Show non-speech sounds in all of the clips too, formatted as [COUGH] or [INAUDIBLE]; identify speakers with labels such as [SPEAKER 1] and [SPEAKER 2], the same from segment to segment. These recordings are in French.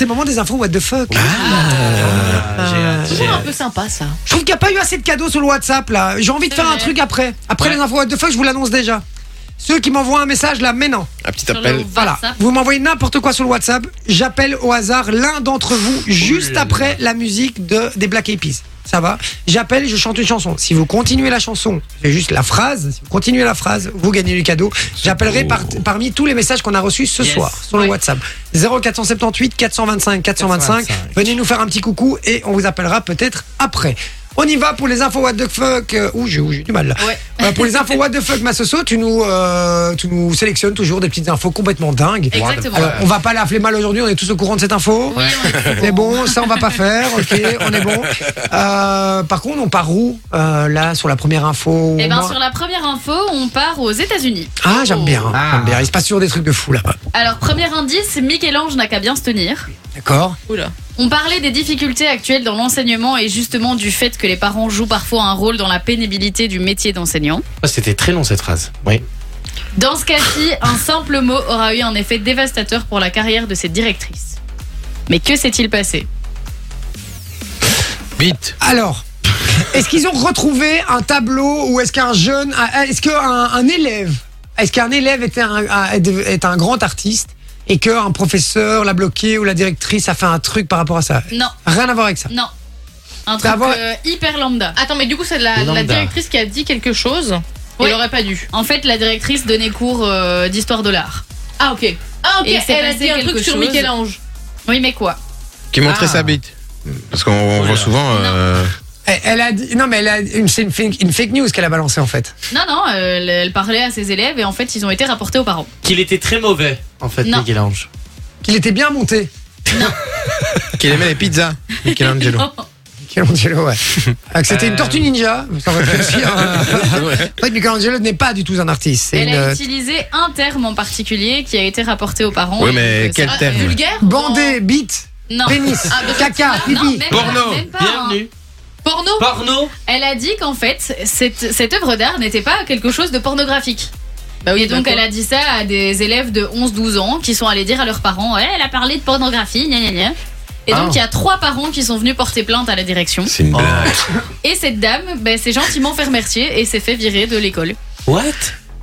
[SPEAKER 1] C'est le moment des infos what the fuck.
[SPEAKER 2] Ah,
[SPEAKER 3] C'est un peu sympa ça.
[SPEAKER 1] Je trouve qu'il n'y a pas eu assez de cadeaux sur le WhatsApp là. J'ai envie de
[SPEAKER 3] C'est
[SPEAKER 1] faire un
[SPEAKER 3] vrai.
[SPEAKER 1] truc après. Après les infos what the fuck, je vous l'annonce déjà. Ceux qui m'envoient un message là maintenant,
[SPEAKER 4] Un petit
[SPEAKER 3] Sur le
[SPEAKER 4] appel.
[SPEAKER 3] WhatsApp.
[SPEAKER 1] voilà, vous m'envoyez n'importe quoi sur le WhatsApp, j'appelle au hasard l'un d'entre vous juste après la musique de, des Black Eyed Peas. Ça va J'appelle, et je chante une chanson. Si vous continuez la chanson, c'est juste la phrase, si vous continuez la phrase, vous gagnez du cadeau. J'appellerai par- parmi tous les messages qu'on a reçus ce
[SPEAKER 2] Yes.
[SPEAKER 1] soir sur le
[SPEAKER 3] Ouais.
[SPEAKER 1] WhatsApp. 0478 425 425.
[SPEAKER 2] 425.
[SPEAKER 1] Venez nous faire un petit coucou et on vous appellera peut-être après. On y va pour les infos what the fuck. Euh, Ouh, j'ai ouh, j'ai du mal là.
[SPEAKER 3] Ouais.
[SPEAKER 1] Euh, pour les infos what the fuck, Massoso, tu nous, euh, tu nous sélectionnes toujours des petites infos complètement dingues.
[SPEAKER 3] Exactement.
[SPEAKER 1] Alors, on va pas la flé mal aujourd'hui, on est tous au courant de cette info.
[SPEAKER 3] Oui, on est
[SPEAKER 1] C'est
[SPEAKER 3] bon.
[SPEAKER 1] bon, ça on va pas faire, ok, on est bon. Euh, par contre, on part où euh, là sur la première info
[SPEAKER 3] Eh
[SPEAKER 1] au
[SPEAKER 3] bien,
[SPEAKER 1] moins
[SPEAKER 3] sur la première info, on part aux États-Unis.
[SPEAKER 1] Ah, j'aime bien, hein,
[SPEAKER 2] Ah.
[SPEAKER 1] j'aime bien. Il se passe toujours des trucs de fou là-bas.
[SPEAKER 3] Alors, premier indice, Michel-Ange n'a qu'à bien se tenir.
[SPEAKER 1] D'accord
[SPEAKER 3] Oula. On parlait des difficultés actuelles dans l'enseignement et justement du fait que les parents jouent parfois un rôle dans la pénibilité du métier d'enseignant.
[SPEAKER 2] Ah, C'était très long cette phrase. Oui.
[SPEAKER 3] Dans ce cas-ci, un simple mot aura eu un effet dévastateur pour la carrière de cette directrice. Mais que s'est-il passé
[SPEAKER 2] Vite.
[SPEAKER 1] Alors, est-ce qu'ils ont retrouvé un tableau ou est-ce qu'un jeune, un- est-ce qu'un un élève, est-ce qu'un élève était un, un- est un grand artiste et qu'un professeur l'a bloqué ou la directrice a fait un truc par rapport à ça
[SPEAKER 3] Non,
[SPEAKER 1] Rien à voir avec ça.
[SPEAKER 3] non. Un
[SPEAKER 1] Ça
[SPEAKER 3] truc
[SPEAKER 1] va.
[SPEAKER 3] euh, hyper lambda.
[SPEAKER 5] Attends, mais du coup, c'est la,
[SPEAKER 2] Lambda.
[SPEAKER 5] la directrice qui a dit quelque chose.
[SPEAKER 3] Oui.
[SPEAKER 5] Elle aurait pas dû.
[SPEAKER 3] En fait, la directrice donnait cours euh, d'histoire de l'art.
[SPEAKER 5] Ah, ok. Ah, ok.
[SPEAKER 3] Et il s'est
[SPEAKER 5] elle a
[SPEAKER 3] passé
[SPEAKER 5] dit un
[SPEAKER 3] quelque
[SPEAKER 5] truc sur
[SPEAKER 3] chose.
[SPEAKER 5] Michel-Ange.
[SPEAKER 3] Oui, mais quoi
[SPEAKER 4] Qui montrait
[SPEAKER 2] Ah.
[SPEAKER 4] sa bite. Parce qu'on on voit souvent. euh,
[SPEAKER 1] Elle, elle a dit, non mais elle a, une- c'est une, fake- une fake news qu'elle a balancée en fait.
[SPEAKER 3] Non, non, euh, elle, elle parlait à ses élèves et en fait, ils ont été rapportés aux parents.
[SPEAKER 2] Qu'il était très mauvais, en fait,
[SPEAKER 3] Non.
[SPEAKER 2] Michel-Ange.
[SPEAKER 1] Qu'il était bien monté.
[SPEAKER 4] Qu'il aimait les pizzas. Michelangelo.
[SPEAKER 1] Michelangelo, ouais. Ah, que C'était une
[SPEAKER 2] Euh.
[SPEAKER 1] tortue ninja. Ça aurait pu aussi, hein. En fait, Michelangelo n'est pas du tout un artiste. C'est
[SPEAKER 3] Elle
[SPEAKER 1] une
[SPEAKER 3] a
[SPEAKER 1] euh,
[SPEAKER 3] utilisé un terme en particulier qui a été rapporté aux parents.
[SPEAKER 4] Oui,
[SPEAKER 3] Et
[SPEAKER 4] mais
[SPEAKER 3] donc,
[SPEAKER 4] quel
[SPEAKER 3] ça- euh,
[SPEAKER 4] terme
[SPEAKER 5] Vulgaire
[SPEAKER 1] bandée, bite,
[SPEAKER 3] Non.
[SPEAKER 1] pénis,
[SPEAKER 5] Ah, de
[SPEAKER 1] caca,
[SPEAKER 3] Non,
[SPEAKER 1] pipi.
[SPEAKER 3] même
[SPEAKER 4] Porno.
[SPEAKER 3] pas, même pas, hein.
[SPEAKER 2] Bienvenue.
[SPEAKER 5] Porno
[SPEAKER 2] Porno.
[SPEAKER 3] Elle a dit qu'en fait, cette, cette œuvre d'art n'était pas quelque chose de pornographique.
[SPEAKER 5] Bah
[SPEAKER 3] et donc,
[SPEAKER 5] d'accord.
[SPEAKER 3] elle a dit ça à des élèves de 11-12 ans qui sont allés dire à leurs parents Eh, Elle a parlé de pornographie, gna gna gna. Et donc,
[SPEAKER 2] Ah.
[SPEAKER 3] il y a trois parents qui sont venus porter plainte à la direction.
[SPEAKER 4] C'est
[SPEAKER 5] Oh.
[SPEAKER 4] une blague.
[SPEAKER 3] Et cette dame ben, s'est gentiment fait remercier et s'est fait virer de l'école.
[SPEAKER 2] What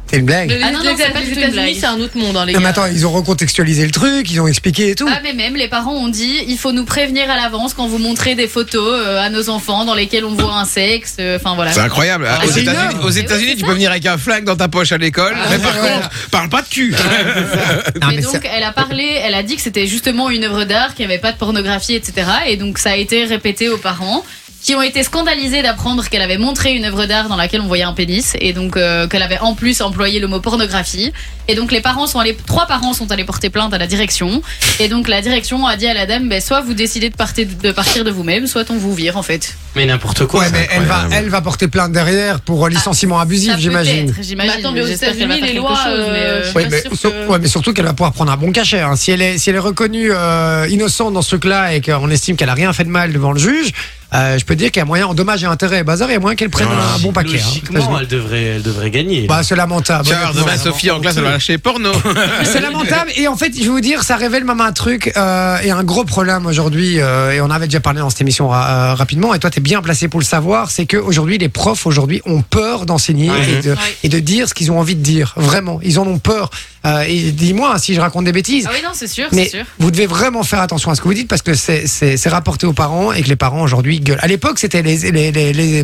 [SPEAKER 1] C'est une blague.
[SPEAKER 5] Les,
[SPEAKER 3] Ah non, non,
[SPEAKER 5] les-
[SPEAKER 3] c'est pas
[SPEAKER 5] les
[SPEAKER 3] du tout une blague.
[SPEAKER 5] États-Unis, c'est un autre monde, hein, les
[SPEAKER 1] Non, mais
[SPEAKER 5] gars.
[SPEAKER 1] attends, ils ont recontextualisé le truc, ils ont expliqué et tout.
[SPEAKER 3] Ah mais même les parents ont dit il faut nous prévenir à l'avance quand vous montrez des photos euh, à nos enfants dans lesquelles on voit un sexe euh, enfin voilà.
[SPEAKER 4] C'est incroyable.
[SPEAKER 2] Ah,
[SPEAKER 4] aux
[SPEAKER 2] c'est une
[SPEAKER 4] États-Unis,
[SPEAKER 2] œuvre.
[SPEAKER 4] aux
[SPEAKER 3] Mais
[SPEAKER 4] États-Unis,
[SPEAKER 3] oui, c'est
[SPEAKER 4] tu peux venir avec un flingue dans ta poche à l'école. mais par
[SPEAKER 1] ouais.
[SPEAKER 4] contre, parle pas de cul.
[SPEAKER 1] Non,
[SPEAKER 3] mais
[SPEAKER 1] Ah, mais
[SPEAKER 3] donc
[SPEAKER 1] c'est-
[SPEAKER 3] elle a parlé, elle a dit que c'était justement une œuvre d'art, qu'il n'y avait pas de pornographie, etc. Et donc ça a été répété aux parents qui ont été scandalisés d'apprendre qu'elle avait montré une œuvre d'art dans laquelle on voyait un pénis et donc euh, qu'elle avait en plus employé le mot pornographie. Et donc les parents sont allés, trois parents sont allés porter plainte à la direction. Et donc la direction a dit à la dame, ben, soit vous décidez de partir de, partir de vous-même, soit on vous vire en fait.
[SPEAKER 2] Mais n'importe quoi.
[SPEAKER 1] Ouais, mais eh, elle va,
[SPEAKER 4] incroyable.
[SPEAKER 1] elle va porter plainte derrière pour euh, licenciement abusif,
[SPEAKER 3] Ça euh,
[SPEAKER 1] j'imagine.
[SPEAKER 3] peut-être,
[SPEAKER 5] Mais
[SPEAKER 3] J'imagine.
[SPEAKER 5] attends, mais Bah, aux
[SPEAKER 3] J'espère qu'elle va
[SPEAKER 5] États-Unis,
[SPEAKER 3] faire
[SPEAKER 5] les
[SPEAKER 3] quelque
[SPEAKER 5] lois.
[SPEAKER 3] chose, mais, euh,
[SPEAKER 5] euh,
[SPEAKER 1] Ouais,
[SPEAKER 5] je
[SPEAKER 1] mais,
[SPEAKER 5] suis pas
[SPEAKER 1] sur-
[SPEAKER 5] sûre que-
[SPEAKER 1] ouais, mais surtout qu'elle va pouvoir prendre un bon cachet. hein. Si, elle est, si elle est reconnue euh, innocente dans ce truc-là et qu'on estime qu'elle a rien fait de mal devant le juge, euh, je peux dire qu'il y a moyen en dommages et intérêts. et Bazar, il y a moyen qu'elle prenne un bon paquet. hein.
[SPEAKER 2] Logiquement, elle devrait, elle devrait gagner.
[SPEAKER 1] Bah, c'est lamentable.
[SPEAKER 4] Tiens, demain, Sophie en classe, elle va lâcher porno. [LAUGHS]
[SPEAKER 1] C'est lamentable et en fait, je vais vous dire, ça révèle même un truc euh, et un gros problème aujourd'hui. euh, et on avait déjà parlé dans cette émission ra- euh, rapidement. Et toi, t'es bien placé pour le savoir. C'est que aujourd'hui, les profs aujourd'hui ont peur d'enseigner et, de, et de dire ce qu'ils ont envie de dire. Vraiment, ils en ont peur. Euh, et dis-moi hein, si je raconte des bêtises.
[SPEAKER 3] Ah oui, non, c'est sûr,
[SPEAKER 1] Mais
[SPEAKER 3] c'est sûr.
[SPEAKER 1] vous devez vraiment faire attention à ce que vous dites parce que c'est- c'est c'est rapporté aux parents et que les parents aujourd'hui gueulent. À l'époque, c'était les, les, les, les, les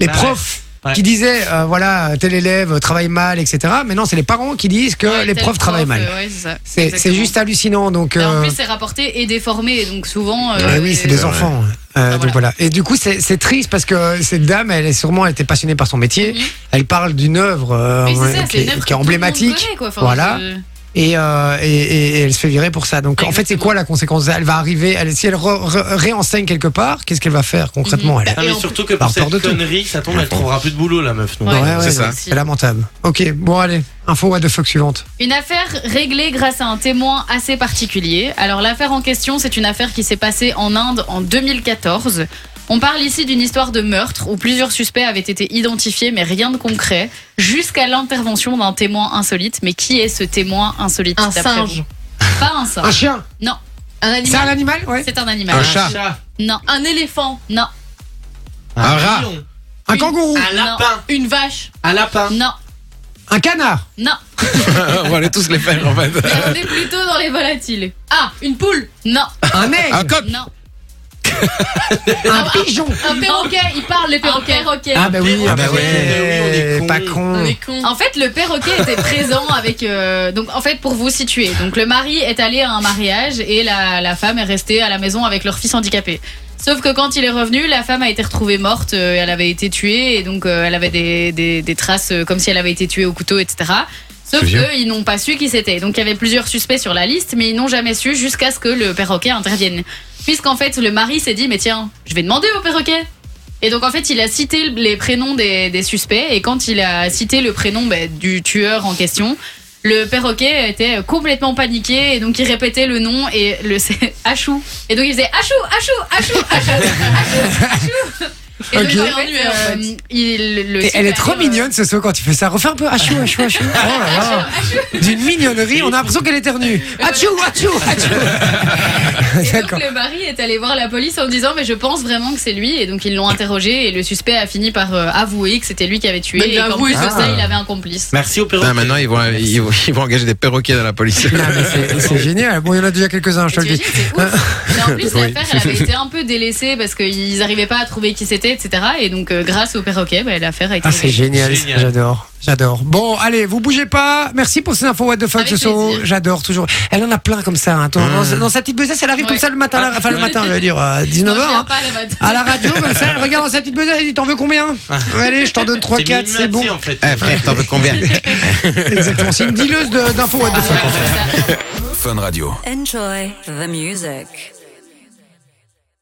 [SPEAKER 2] Ouais.
[SPEAKER 1] profs
[SPEAKER 2] Ouais.
[SPEAKER 1] qui disaient, euh, voilà, tel élève travaille mal, etc. Mais non, c'est les parents qui disent que
[SPEAKER 3] Ouais,
[SPEAKER 1] les
[SPEAKER 3] tel
[SPEAKER 1] profs travaillent
[SPEAKER 3] prof,
[SPEAKER 1] mal.
[SPEAKER 3] euh, ouais, c'est ça.
[SPEAKER 1] C'est c'est
[SPEAKER 3] Exactement.
[SPEAKER 1] juste hallucinant. Donc,
[SPEAKER 3] Et
[SPEAKER 1] euh,
[SPEAKER 3] en plus, c'est rapporté et déformé, donc souvent. euh,
[SPEAKER 1] eh oui, c'est des
[SPEAKER 4] vrai.
[SPEAKER 1] enfants.
[SPEAKER 3] Ah,
[SPEAKER 1] Euh, donc voilà. Et du coup, c'est c'est triste parce que euh, cette dame, elle est sûrement elle était passionnée par son métier.
[SPEAKER 3] Mhm.
[SPEAKER 1] Elle parle d'une œuvre euh,
[SPEAKER 3] Oui, c'est ça,
[SPEAKER 1] ouais,
[SPEAKER 3] c'est
[SPEAKER 1] qui, est-
[SPEAKER 3] une œuvre
[SPEAKER 1] qui est
[SPEAKER 3] que tout le monde
[SPEAKER 1] emblématique
[SPEAKER 3] connaît, quoi. Enfin,
[SPEAKER 1] Voilà.
[SPEAKER 3] je-
[SPEAKER 1] et, euh, et, et- et elle se fait virer pour ça. Donc en fait, c'est
[SPEAKER 3] Exactement.
[SPEAKER 1] quoi la conséquence Elle va arriver. Elle, si elle re- re- réenseigne quelque part, qu'est-ce qu'elle va faire concrètement
[SPEAKER 3] Mhm.
[SPEAKER 1] elle
[SPEAKER 2] Non,
[SPEAKER 5] Et
[SPEAKER 2] Ah, mais
[SPEAKER 5] en
[SPEAKER 2] surtout que
[SPEAKER 1] par
[SPEAKER 2] pour cette
[SPEAKER 1] peur de tout.
[SPEAKER 2] connerie, ça tombe, elle trouvera plus de boulot, la meuf. donc.
[SPEAKER 3] Ouais.
[SPEAKER 1] Ouais, ouais,
[SPEAKER 4] c'est
[SPEAKER 1] ouais,
[SPEAKER 4] ça.
[SPEAKER 1] c'est lamentable. Ok, bon allez, info what the fuck suivante.
[SPEAKER 3] Une affaire réglée grâce à un témoin assez particulier. Alors l'affaire en question, c'est une affaire qui s'est passée en Inde en 2014. On parle ici d'une histoire de meurtre où plusieurs suspects avaient été identifiés mais rien de concret jusqu'à l'intervention d'un témoin insolite. Mais qui est ce témoin insolite
[SPEAKER 5] Un
[SPEAKER 3] d'après vous
[SPEAKER 5] singe.
[SPEAKER 3] Pas un singe.
[SPEAKER 1] Un chien
[SPEAKER 3] Non.
[SPEAKER 5] Un
[SPEAKER 1] C'est un
[SPEAKER 5] animal.
[SPEAKER 1] animal Ouais.
[SPEAKER 3] C'est un animal.
[SPEAKER 4] Un chat.
[SPEAKER 3] Non.
[SPEAKER 5] Un éléphant.
[SPEAKER 3] Non.
[SPEAKER 4] Un rat.
[SPEAKER 2] lion.
[SPEAKER 1] Un
[SPEAKER 5] Oui.
[SPEAKER 1] kangourou.
[SPEAKER 3] Ah.
[SPEAKER 2] Un lapin.
[SPEAKER 5] Une vache.
[SPEAKER 2] Un lapin.
[SPEAKER 3] Non.
[SPEAKER 1] Un canard.
[SPEAKER 3] Non.
[SPEAKER 4] On va aller tous les faire en fait.
[SPEAKER 3] Mais on est plutôt dans les volatiles.
[SPEAKER 5] Ah, une poule.
[SPEAKER 3] Non.
[SPEAKER 1] Un
[SPEAKER 4] Un
[SPEAKER 1] aigle.
[SPEAKER 4] coq.
[SPEAKER 3] Non.
[SPEAKER 1] Un pigeon.
[SPEAKER 5] Un perroquet. Il parle, les
[SPEAKER 3] Un
[SPEAKER 5] perroquets.
[SPEAKER 3] perroquet.
[SPEAKER 1] Ah bah oui,
[SPEAKER 2] Ah
[SPEAKER 1] ah
[SPEAKER 2] bah
[SPEAKER 1] bah
[SPEAKER 2] oui, on est
[SPEAKER 1] ouais,
[SPEAKER 2] con.
[SPEAKER 1] pas
[SPEAKER 5] On
[SPEAKER 1] con.
[SPEAKER 5] est con.
[SPEAKER 3] En fait, le perroquet était présent avec. euh, donc, en fait, pour vous situer. Donc, le mari est allé à un mariage et la, la femme est restée à la maison avec leur fils handicapé. Sauf que quand il est revenu, la femme a été retrouvée morte, euh, elle avait été tuée et donc euh, elle avait des, des- des traces euh, comme si elle avait été tuée au couteau, etc. Sauf
[SPEAKER 4] C'est vieux.
[SPEAKER 3] qu'ils n'ont pas su qui c'était. Donc il y avait plusieurs suspects sur la liste, mais ils n'ont jamais su jusqu'à ce que le perroquet intervienne. Puisqu'en fait, le mari s'est dit, mais tiens, je vais demander au perroquet. Et donc en fait, il a cité les prénoms des, des suspects, et quand il a cité le prénom ben, du tueur en question, le perroquet était complètement paniqué, et donc il répétait le nom, et le c'est Achou. Et donc il faisait Achou, Achou, Achou, Achou, Achou, Achou. Et
[SPEAKER 1] Ok.
[SPEAKER 3] donc, en fait, euh, il, le euh,
[SPEAKER 1] Et elle est
[SPEAKER 3] super-
[SPEAKER 1] trop mignonne ce saut quand tu fais ça. Refais un peu achou, achou, achou. Oh là là. D'une mignonnerie, on a l'impression qu'elle éternue. Achou, achou, achou.
[SPEAKER 3] Et donc
[SPEAKER 1] D'accord.
[SPEAKER 3] le mari est allé voir la police en disant mais je pense vraiment que c'est lui et donc ils l'ont interrogé et le suspect a fini par euh, avouer que c'était lui qui avait tué
[SPEAKER 5] Mais il
[SPEAKER 3] et
[SPEAKER 5] a
[SPEAKER 3] qu'en
[SPEAKER 5] avoué,
[SPEAKER 3] plus
[SPEAKER 1] ça.
[SPEAKER 3] de ça il avait un complice.
[SPEAKER 2] Merci au perroquet.
[SPEAKER 4] Putain, Bah, maintenant ils vont, ils, vont, ils vont engager des perroquets dans la police.
[SPEAKER 1] Non, mais c'est- C'est génial. Bon, il y en a déjà quelques-uns, je te le dis.
[SPEAKER 3] T'imagines, c'est ouf.
[SPEAKER 1] [LAUGHS]
[SPEAKER 3] Mais en plus
[SPEAKER 4] Oui.
[SPEAKER 3] l'affaire elle avait été un peu délaissée parce qu'ils n'arrivaient pas à trouver qui c'était etc et donc euh, grâce au perroquet bah, l'affaire a été
[SPEAKER 1] Ah, c'est génial,
[SPEAKER 2] Génial.
[SPEAKER 1] j'adore, j'adore. Bon, allez, vous bougez pas. Merci pour ces infos What the fuck,
[SPEAKER 3] Avec
[SPEAKER 1] ce sont-
[SPEAKER 3] plaisir.
[SPEAKER 1] J'adore toujours. Elle en a plein comme ça. hein. Dans, dans- dans sa petite besace, elle arrive
[SPEAKER 3] Ouais.
[SPEAKER 1] comme ça le matin, là. enfin le matin, je veux dire, à 19h.
[SPEAKER 3] Non, je viens
[SPEAKER 1] hein.
[SPEAKER 3] pas, là, bah,
[SPEAKER 1] À la radio, comme ça, elle regarde dans sa petite besace, elle dit T'en veux combien Allez, je t'en donne 3, 4,
[SPEAKER 2] mille
[SPEAKER 1] c'est bon.
[SPEAKER 2] matières, en fait.
[SPEAKER 4] Eh frère, t'en veux combien
[SPEAKER 1] Exactement, c'est une dealeuse de- d'infos What the fuck.
[SPEAKER 3] c'est ça.
[SPEAKER 6] Enjoy the music.